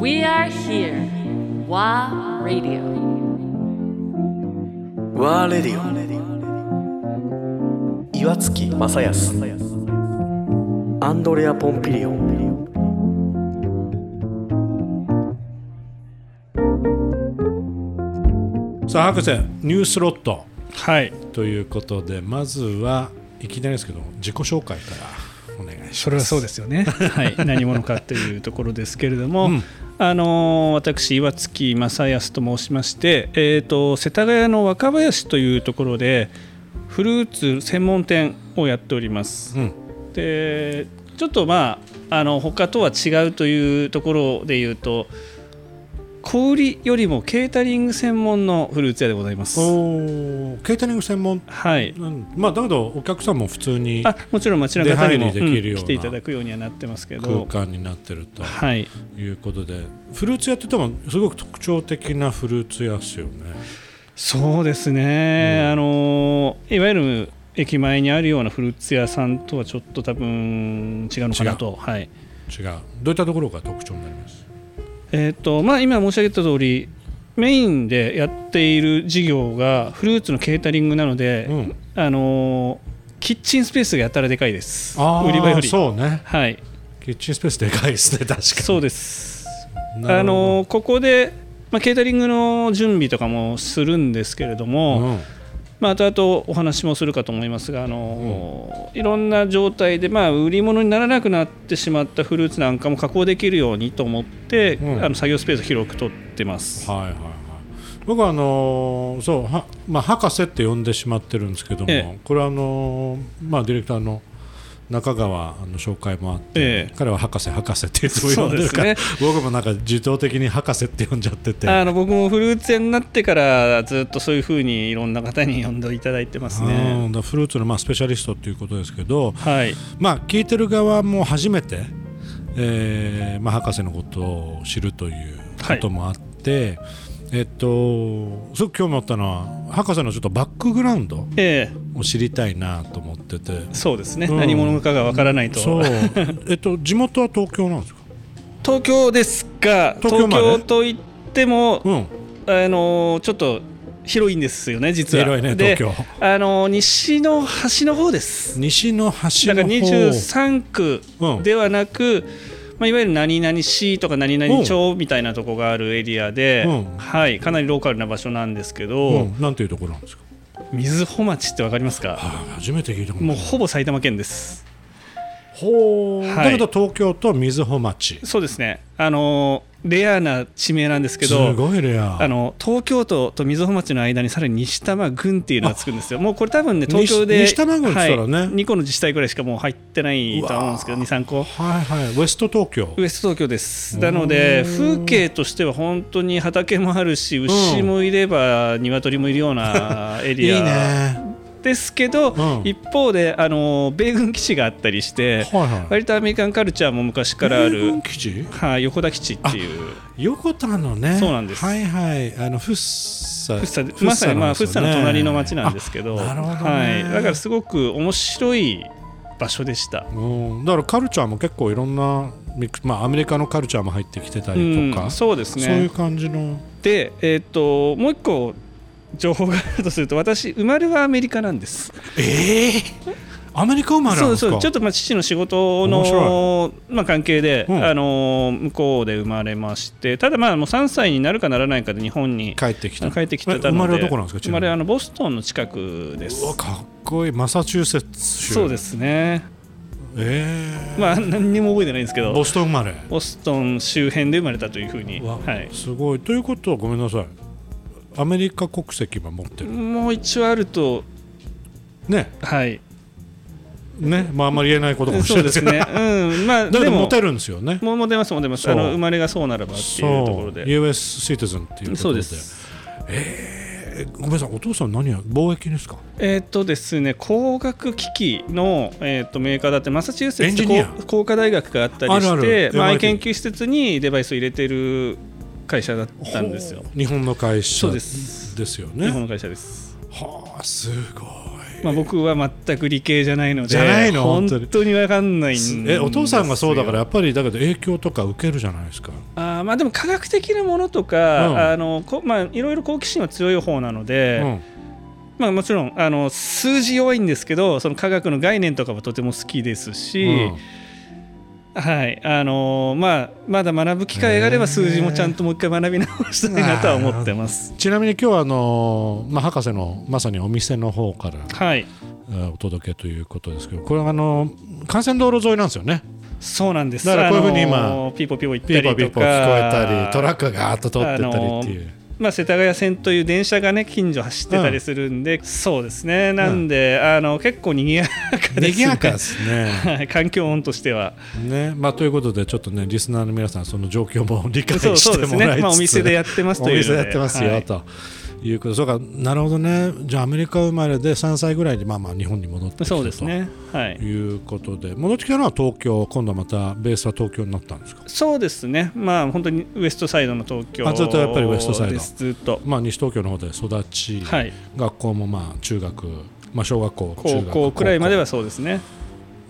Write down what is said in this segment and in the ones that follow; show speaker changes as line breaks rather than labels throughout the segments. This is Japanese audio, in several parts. We are here. WA Radio.
ワーレディオ岩月正康アンドレア・ポンピリオン
さあ博士ニュースロット
はい、
ということでまずはいきなりですけど自己紹介からお願いします
それはそうですよね。 はい、何者かというところですけれども、
うん
あのー私岩月正康と申しまして、えっ、と世田谷の若林というところでフルーツ専門店をやっております。
うん
で、ちょっとまああの他とは違うというところで言うと。小売りよりもケータリング専門のフルーツ屋でございます。
おーケータリング専門
はい、
うんまあだけどお客さんも普通に
あもちろん町の方にも、
出入りできるような
うん来ていただくようにはなってますけ
空
ど、
間になってると
はい、
いうことでフルーツ屋って言ってもすごく特徴的なフルーツ屋ですよね
そうですね、あのいわゆる駅前にあるようなフルーツ屋さんとはちょっと多分違うのかなと、はい
違うどういったところが特徴になります
えーとまあ、今申し上げた通りメインでやっている事業がフルーツのケータリングなので、
うん
あのキッチンスペースがやたらでかいです
あー
売り場より
そうね
はい
キッチンスペースでかいですね確かに
そうです
な
あ
るほ
のここで、まあ、ケータリングの準備とかもするんですけれど
ど
も、
うん
まあ、後々お話もするかと思いますがあの、いろんな状態で、まあ、売り物にならなくなってしまったフルーツなんかも加工できるようにと思って、
うん
あの作業スペースを広く取ってます。
はいはいはい僕はあのーそうは、まあ、博士って呼んでしまってるんですけども、
ええ
これはあのーまあ、ディレクターの中川あの紹介もあって、
ええ
彼は博士博士っていつも呼んでるから、
そうで
僕もなんか自動的に博士って呼んじゃってて
あの僕もフルーツ屋になってからずっとそういうふうにいろんな方に呼んでいただいてます
う
ね。
んだからフルーツの、まあ、スペシャリストっていうことですけど、
はい、
まあ、聞いてる側も初めて、えーまあ、博士のことを知るということもあって、えっと、すごく興味持ったのは博士のちょっとバックグラウンド
え
を知りたいなと思ってて
え、そうですね、
うん
何者かがわからないと
そうえっと地元は東京なんですか
東京ですが
東京
東
まで
京といっても、
うん
あのちょっと広いんですよね実は。
広いね
で
東京
あの西の端の方です。
西の端
だ
の
か
方
ら23区
うん
ではなく、まあ、いわゆる何々市とか何々町みたいなとこがあるエリアで、
うん
はい、かなりローカルな場所なんですけど、
うん、なんていうところなんですか
瑞穂町ってわかりますか、
ああ初めて聞いたことな
も
いう
ほぼ埼玉県です。
ほう、
はい
だけど東京と瑞穂町
そうですねあのレアな地名なんですけ
す
ど
ごいレア
あの東京都と瑞穂町の間にさらに西多摩郡っていうのがつくんですよ、もうこれ、多分ね、東京で
西西多摩郡って言ったらね
はい、2個の自治体ぐらいしかもう入ってないとは思うんですけど、2、3
は
個。
いはいウエスト東京
ウエスト東京ですなので風景としては本当に畑もあるし牛もいれば鶏もいるようなエ
いい
リア
ね
ですけど、
うん
一方であの米軍基地があったりして、
はいはい
割とアメリカンカルチャーも昔からあ
米軍
る、
基地
はい、横田基地っていう
横田のね
そうなんです
はいはいあのフッサ
福生でまさにまあ福生の隣の町なんですすけど
あなるほどね
はい、だからすごく面白い場所でした。
うん、だからカルチャーも結構いろんなミックス、まあ、アメリカのカルチャーも入ってきてたりとか、
うん
そう
そうですね
いう感じの
で、えー、ともう一個情報があるとすると私生まれはアメリカなんです
ええアメリカ生まれなん
そう
です
そ
か
うちょっとまあ父の仕事
面
の
白、
まあ、関係で、
うん
あのー向こうで生まれましてただまあもう3歳になるかならないかで日本に
帰ってきた
帰ってきてたので
え生まれはどこなんですかちなみ
生ま
に
れはあのボストンの近くです
うわかっこいいマサチューセッツ州
そうですね
ええ
まあ何にも覚えてないんですけど
ボストン生まれ
ボストン周辺で生まれたというふうに、
わ
はい、
すごいということはごめんなさいアメリカ国籍は持ってる
もう一応あると
ね
はい
ねまああんまり言えないことかもし
そ
れ
う
な
で
いけ
す
ど
ねうんまあ
だけ
で
ど
も
持てるんですよね
もう持てます持てます
そう
あの生まれがそうならばっていうところ
そう
で
US シティズンっていうことで
そうです
えごめんなさいお父さん何や貿易ですか
えーっとですね工学機器の、えーっとメーカーだってマサチューセッツ
エンジニア
工工科大学があったりして
あるある
まあ
MIT
研究施設にデバイスを入れてる会社だったんですよ
ほう日本の会社
そうです
ですよ
日本
ね
の会社です、
はあすごい
まあ、僕は全く理系じゃないので
じゃないの
本当に分かんないんですよ
えお父さんがそうだからやっぱりだけど影響とか受けるじゃないですか
あーあまあでも科学的なものと
うん
か、あのこまあいろいろ好奇心は強い方なので、
うん
まあもちろんあの数字弱いんですけど、その科学の概念とかはとても好きですし、
うん
はいあのまあまだ学ぶ機会があれば数字もちゃんともう一回学び直したいなとは思ってます。
ちなみに今日はあのーまあ、博士のまさにお店の方から
はい、
えーお届けということですけどこれはあのー幹線道路沿いなんですよね
そうなんです。
だからこういうふうに今
あのピーポピーポ
ピーポ
行
ーピー
ったり
ポ
と
ー
か、
聞こえたりトラックがガーッと通ってったりっていう、
まあ、世田谷線という電車がね近所走ってたりするんで、そうですねなんで、あの結構賑やかです、ね、
賑やかですね
はい環境音としては
ねまあ、ということでちょっとねリスナーの皆さんその状況も理解
そう
し
そう
て
です
もらいつ
ね、
つ
まあ、お店でやってますという
お
の
店でやってます
は
よ
い
ということ、そうかなるほどねじゃあアメリカ生まれで3歳ぐらいでまあまあ日本に戻ってきた
そう
と
ですねはい
いうことで戻ってきたのは東京今度はまたベースは東京になったんですか
そうですねまあ本当にウエストサイドの東京
あずっとやっぱりウエストサイド
ですずっと
まあ西東京の方で育ち、
はい
学校もまあ中学、まあ、小学校中
高
学
校くらいまでは
高
そうですね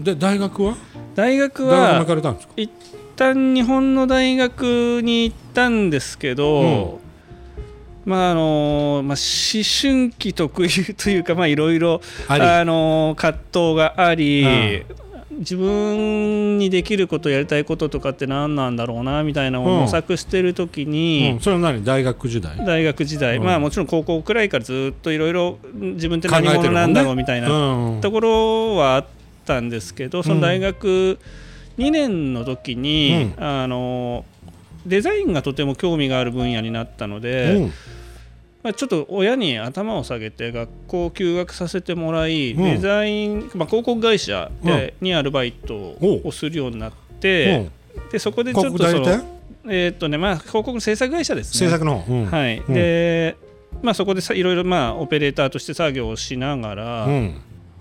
校で大学は
大
大学
学
も行
は
かれたんですか
一旦日本の大学に行ったんですけど、まああのまあ、思春期特有というかまあいろいろ
あり
あの葛藤があり、自分にできることやりたいこととかって何なんだろうなみたいなのを
うん
模索してる時
うん
に、
それは何大学時代
大学時代、
うん
まあもちろん高校くらいからずっといろいろ自分って何者なんだろうみたいな
うん
ところはあったんですけどその大学2年の時に、あのデザインがとても興味がある分野になったので、
うん
まあ、ちょっと親に頭を下げて学校休学させてもらい、
うん
デザイン、まあ、広告会社で、にアルバイトをするようになって、でそこ
う
で
ん
ちょっ
広
と
告代
そ
理店
の、えーっとねまあ、広告の制作会社ですね。
制作の方、うん
はい
うん
でまあ、そこでさいろいろ、まあ、オペレーターとして作業をしながら、
うん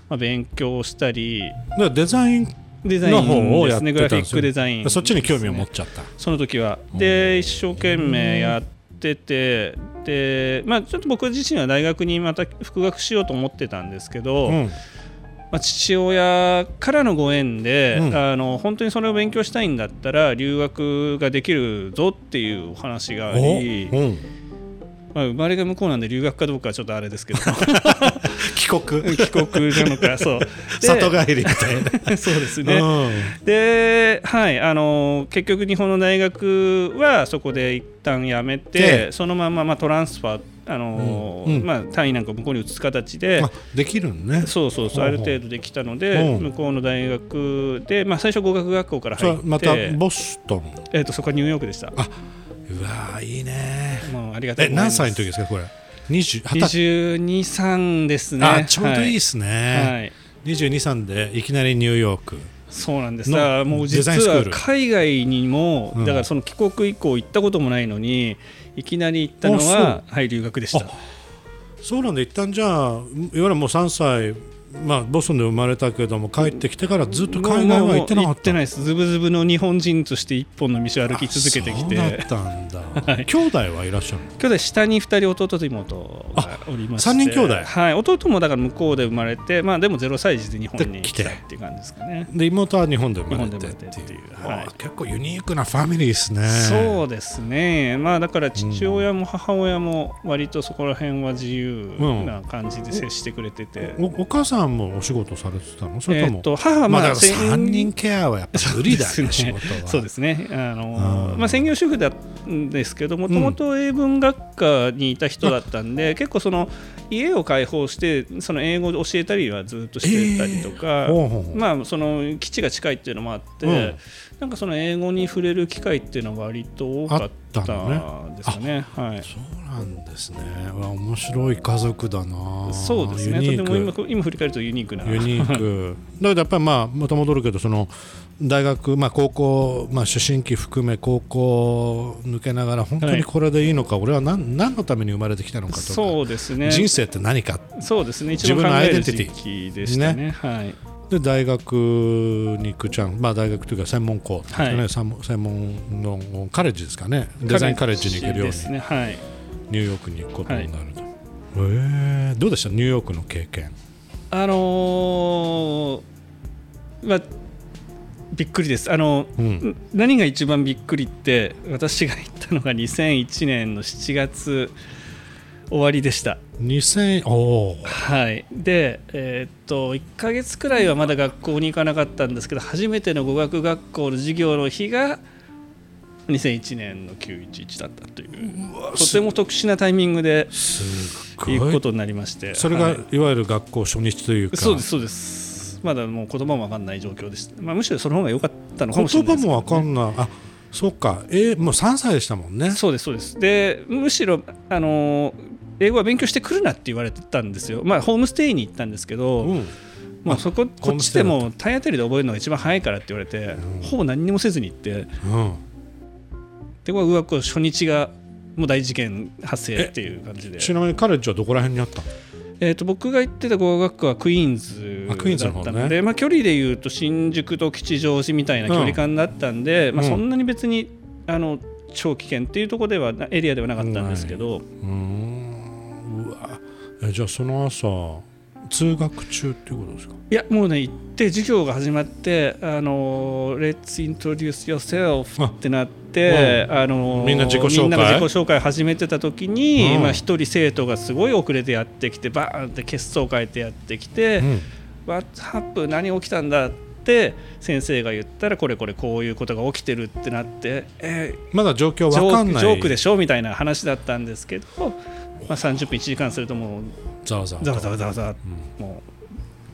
まあ、勉強したり
でデザイン
デザイ
の方
ン
をやっ
ですね
て
グラフ
たん
ィ
ですよ
ックデザイン、
そっちに興味を持っちゃった、
その時は。で一生懸命やっててで、まあ、ちょっと僕自身は大学にまた復学しようと思ってたんですけど、
うん
まあ、父親からのご縁で、
うん
あの本当にそれを勉強したいんだったら留学ができるぞっていうお話があり、
おうん
まあ、生まれが向こうなんで留学かどうかはちょっとあれですけど
帰国
帰国なのかそう。で
里帰りみたい
そうです ね、
な、
で、はい、あの結局日本の大学はそこで一旦辞め
で
てそのまま、まあ、トランスファーあの、
うんうん
まあ、単位なんかを向こうに移す形
う
で
ん、あできるんね
そうそうそう
ほ
あ
う
る
ほう
程度できたので、
うん
向こうの大学で、まあ、最初語学学校から
それ
入っ
は
て
またボストン
えー、とそこはニューヨークでした
あうわーいいね
もうありがたい
え何歳の時ですかこれ20 20歳
22、3ですね
あちょうどいい
で
です
はい
ね、
はい
22、3でいきなりニューヨーク
そうなんです
の
だからもう
デ
実
ザインスクー
は
ル
海外にも、
うん
だからその帰国以降行ったこともないのにいきなり行ったのは、はい、留学でした
あそうなんで一旦じゃあいわゆるもう3歳まあボストンで生まれたけども帰ってきてからずっと海外は行ってなか
もうもう行
っ
って
た
ないですズブズブの日本人として一本の道を歩き続けてきて
あそうだったんだ、
い
兄弟はいらっしゃるの
兄弟下に2人弟と妹がおりまして
あ三人兄弟
はい弟もだから向こうで生まれてまあでも0歳児で日本に
で来
来
て
たっていう感じですかね
で妹は日本で生まれて
日本で
って
生まれてって
い
いうう
わあ
はい
結構ユニークなファミリーですね
そうですねまあだから父親も母親も割とそこら辺は自由な感じで接してくれてて、
おお母さんもお仕事されてたのそれ
え
と
ー
も、
っと母は
まあ、
ま
だ
あ
から3人
専
ケアはやっぱ無理だ
そう
ね
で
仕
す
事
ね
は
そうですねあの
うん
まあ、専業主婦だったんですけどもともと英文学科にいた人だったんで、結構その家を開放してその英語を教えたりはずっとしてたりとか、
ほうほうほう
まあ、その基地が近いっていうのもあって、
うん
なんかその英語に触れる機会っていうのは割と多かったんですかね。はい
そうなんですねうわ面白い家族だな
そうですね
ユ
と
ニ
て
ー
も今
ク
こう今振り返るとユニークな
ユニー クだけどやっぱりまあまた戻るけどその大学、まあ、高校、まあ、出身期含め高校抜けながら本当
は
に
い
これでいいのか、俺は何何のために生まれてきたのかとか
そうですね
人生って何か
そうですね
自
一
分
番
のア
考
イ
え
デン
る
ティティ
時期でしたね。はい
で大学に行くちゃん、まあ、大学というか専門校ですかね、
は
専門専門のカレッジですかねデザインカレッジに行けるように
ですねはい
ニューヨークに行くことになると、へえどうでしたニューヨークの経験
あのーまあびっくりですあの、
うん
何が一番びっくりって私が行ったのが2001年の7月終わりでした
2000おー
はいでえーっと1ヶ月くらいはまだ学校に行かなかったんですけど初めての語学学校の授業の日が2001年の911だったというとても特殊なタイミングです
っごい
行くことになりまして
それ
は
が
い
いわゆる学校初日というか、
そうですそうですまだもう言葉も分かんない状況でした、まあ、むしろその方が良かったのかもしれ
言
ない
葉
ですけど
も
ね、
わかんないあそうかえーもう3歳でしたもんね
そうですそうですでむしろあの英語は勉強してくるなって言われてたんですよ、まあ、ホームステイに行ったんですけど、
うん、
もうそここっちで
ホ
も体当たりで覚えるのが一番早いからって言われて、ほぼ何にもせずに行って
うん、
でこれうわこれ初日がもう大事件発生っていう感じで、
ちなみにカレッジはどこら辺にあったの
えー、と僕が行ってた語学学校はクイーンズ
あクイーンズ
だ
の
っ
方ね
たのでまあ、距離でいうと新宿と吉祥寺みたいな距離感だったんで、
ん
まあ、
うん
そんなに別にあの超危険っていうところではなエリアではなかったんですけど、
うーんうわえじゃあその朝通学中っていうことですか
いやもうね行って授業が始まって「あのー Let's introduce yourself」ってなってあ、のー
みんな自己紹介
みんなが自己紹介始めてた時に
うん
まあ、一人生徒がすごい遅れてやってきてバーンって血相を変えてやってきて
うん
「What happened? 何起きたんだ?」って先生が言ったらこれこれこういうことが起きてるってなって「え
まだ状況
ージョ
わか
ー
ん
ク
ない
ジョークでしょ」みたいな話だったんですけど、まあ、30分1時間するともう
ざわざわと
ざわざわざわざわも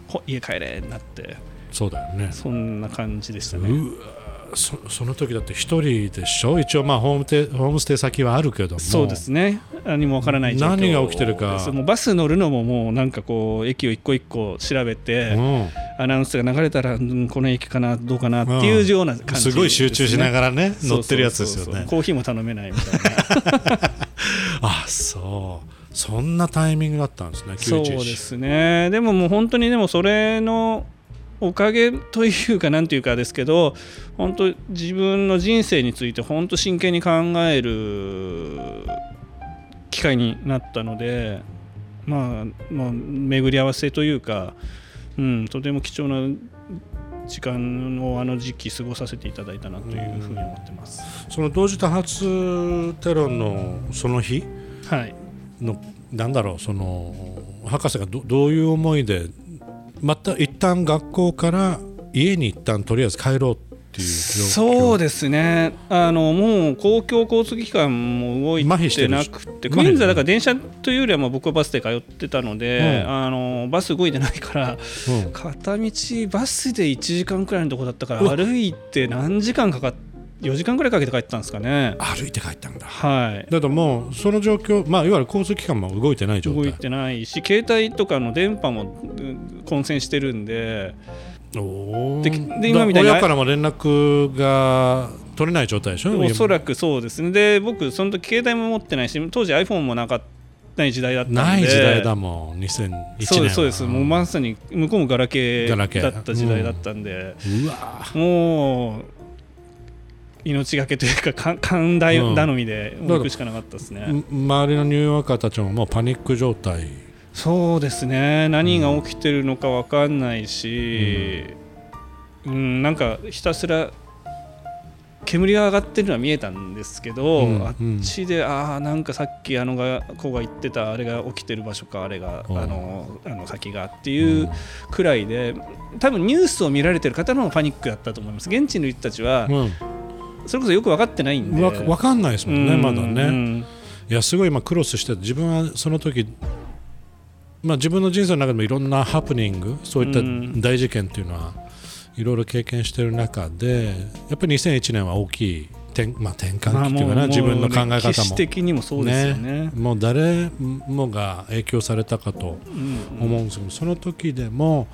うほ家帰れになって。
そうだよね
そんな感じでしたね。
うわそその時だって一人でしょ一応まあホームテホームステイ先はあるけども
そうですね。何もわからない状況
何が起きてるか
ですもうバス乗るのももうなんかこう駅を一個一個調べて、
うん
アナウンスが流れたら、うんこの駅かなどうかなっていうような感じですね、
ごい集中しな
ら
がらね乗ってるやつですよね
コーヒーも頼めないみたいな。
あそうそんなタイミングだったんですね
そう
911
ですね。でももう本当にでもそれのおかげというかなんていうかですけど本当自分の人生について本当真剣に考える機会になったので、まあ、まあ巡り合わせというか、うん、とても貴重な時間をあの時期過ごさせていただいたなというふうに思ってます。
その同時多発テロのその日
はい、
のなんだろうその博士がどどういう思いでまた一旦学校から家に一旦とりあえず帰ろうっていう状況
そうですねあのもう公共交通機関も動い
麻痺して
て
る
なくて
麻痺
クイーンズはだから電車というよりはまあ僕はバスで通ってたので、
うん
あのバス動いてないから
うん
片道バスで1時間くらいのとこだったから歩いて何時間かかっ4時間くらいかけて帰ったんですかね
歩いて帰ったんだ
はい
だともうその状況、まあ、いわゆる交通機関も動いてない状
動い
態
てないし携帯とかの電波もうん混戦してるんで
おー
でで今みたいに
親からも連絡が取れない状態でしょ
おそ
く
らくそうですねで僕その時携帯も持ってないし当時 iPhone もなかったない時代だったんで
ない時代だもん2001年
そうですそうですもうまさに向こうもガラケ
ガラケ
ー
ー
だった時代だったんで、
うわ
もう命がけというかか寛大
うん
頼みで
だから
行くしかなかったですね、
周りのニューヨーカーたちももうパニック状態
そうですね何が起きてるのか分かんないし、うんなんかひたすら煙が上がってるのは見えたんですけど、
うん
あっちでああなんかさっきあのが子が言ってたあれが起きてる場所かあれが、
うん
あのあの先がっていうくらいで多分ニュースを見られてる方の方がパニックだったと思います現地の人たちは
う
それこそよく分かってないん
ん、
で。
わわかんないですもんね、
うん
まだね、
うん
いやすごい今クロスしてて自分はその時、まあ、自分の人生の中でもいろんなハプニングそういった
うん
大事件っていうのは、いろいろ経験してる中でやっぱり2001年は大きい転,、まあ、転換期っていうかな、自分の考え
歴
方
史
も。
的にもそうですよね。
もう誰もが影響されたかと
うん
思うんですけど、その時でも、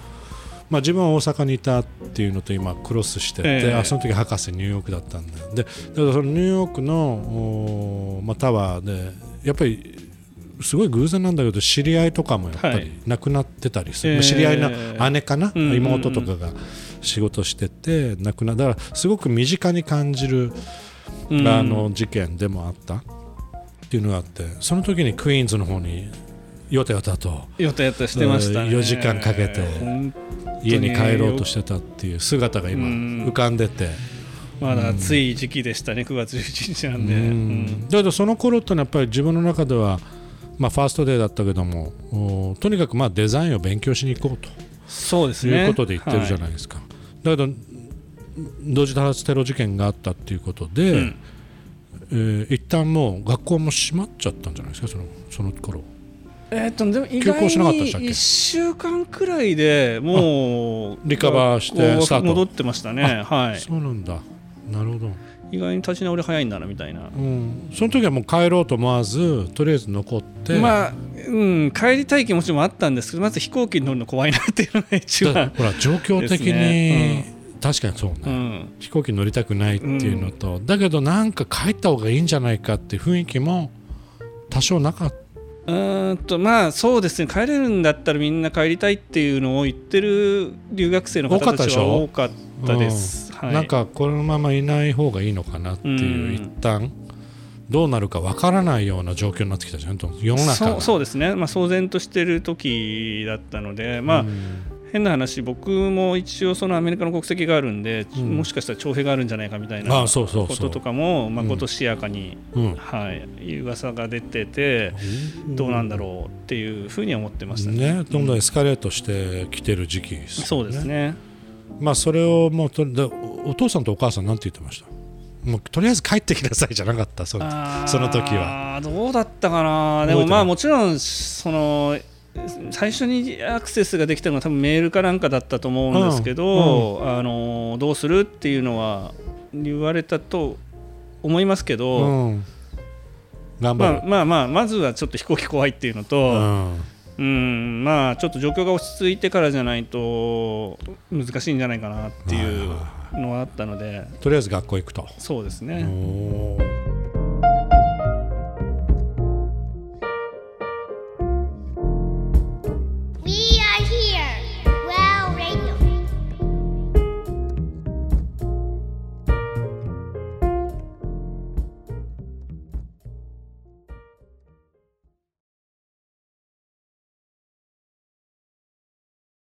まあ、自分は大阪にいたっていうのと今クロスしてて、
ええ
あその時博士ニューヨークだったんだでだからそのニューヨークの、おーまあ、タワーでやっぱりすごい偶然なんだけど知り合いとかもやっぱ
はい
り亡くなってたりする、
ええ
知り合いの姉かな、
うんうんうん
妹とかが仕事してて亡くなだからすごく身近に感じる
うん
あの事件でもあったっていうのがあってその時にクイーンズの方によたよたと
よたよたしてましたね
4時間かけて
本
家に帰ろうとしてたっていう姿が今
うん
浮かんでて、
まだ暑い時期でしたね9月11日なんで、
うんだけどその頃ってのはやっぱり自分の中では、まあ、ファーストデーだったけどもおとにかくまあデザインを勉強しに行こうと
そうですね
いうことで言ってるじゃ
は
ないですか、だけど同時多発テロ事件があったっていうことで、
うん
えー一旦もう学校も閉まっちゃったんじゃないですかそのその頃
えーっとでも意
休校しなか
外
ったで
に
したっけ
1週間くらいでもう
リカバーして
学校
スタート
戻ってましたねはい
そうなんだなるほど、
意外に立ち直り早いんだなみたいな
うん、その時はもう帰ろうと思わずとりあえず残って、
まあ、うん、帰りたい気持ちもあったんですけどまず飛行機に乗るの怖いなっていうのが一
だ
番
ほら状況的に、
ですね
確かにそうね、
うん
飛行機乗りたくないっていうのと、だけどなんか帰った方がいいんじゃないかっていう雰囲気も多少なかった
うーんとまあそうですね帰れるんだったらみんな帰りたいっていうのを言ってる留学生の方たちは多
多
かったです。はい、
なんかこのままいない方がいいのかなっていう、
うん
一旦どうなるかわからないような状況になってきたじゃんと世の中
そ
が
うそうですね、まあ、騒然としてる時だったので、まあ変な話僕も一応そのアメリカの国籍があるんで、
うん
もしかしたら徴兵があるんじゃないかみたいな
ああ
こ
そうそうそ
と
う
とかもまあ
うん
ことしやかに、
うん
はい、噂が出ててどうなんだろうっていうふうには思ってましたね。
ねどんどんエスカレートしてきてる時期ですよ
そうですね
まあそれをもうとでおお父さんとお母さんなんて言ってましたもうとりあえず帰ってきなさいじゃなかったそれ
あー
その時は
どうだったかなで
覚えてな
も
い
まあもちろんその最初にアクセスができたのは多分メールかなんかだったと思うんですけど、あのどうするっていうのは言われたと思いますけど、
うん頑張
ま
る
あ、まあまあまずはちょっと飛行機怖いっていうのと、
うん
うんまあちょっと状況が落ち着いてからじゃないと難しいんじゃないかなっていうのはあったので
とりあえず学校行くと。
そうですね。
おー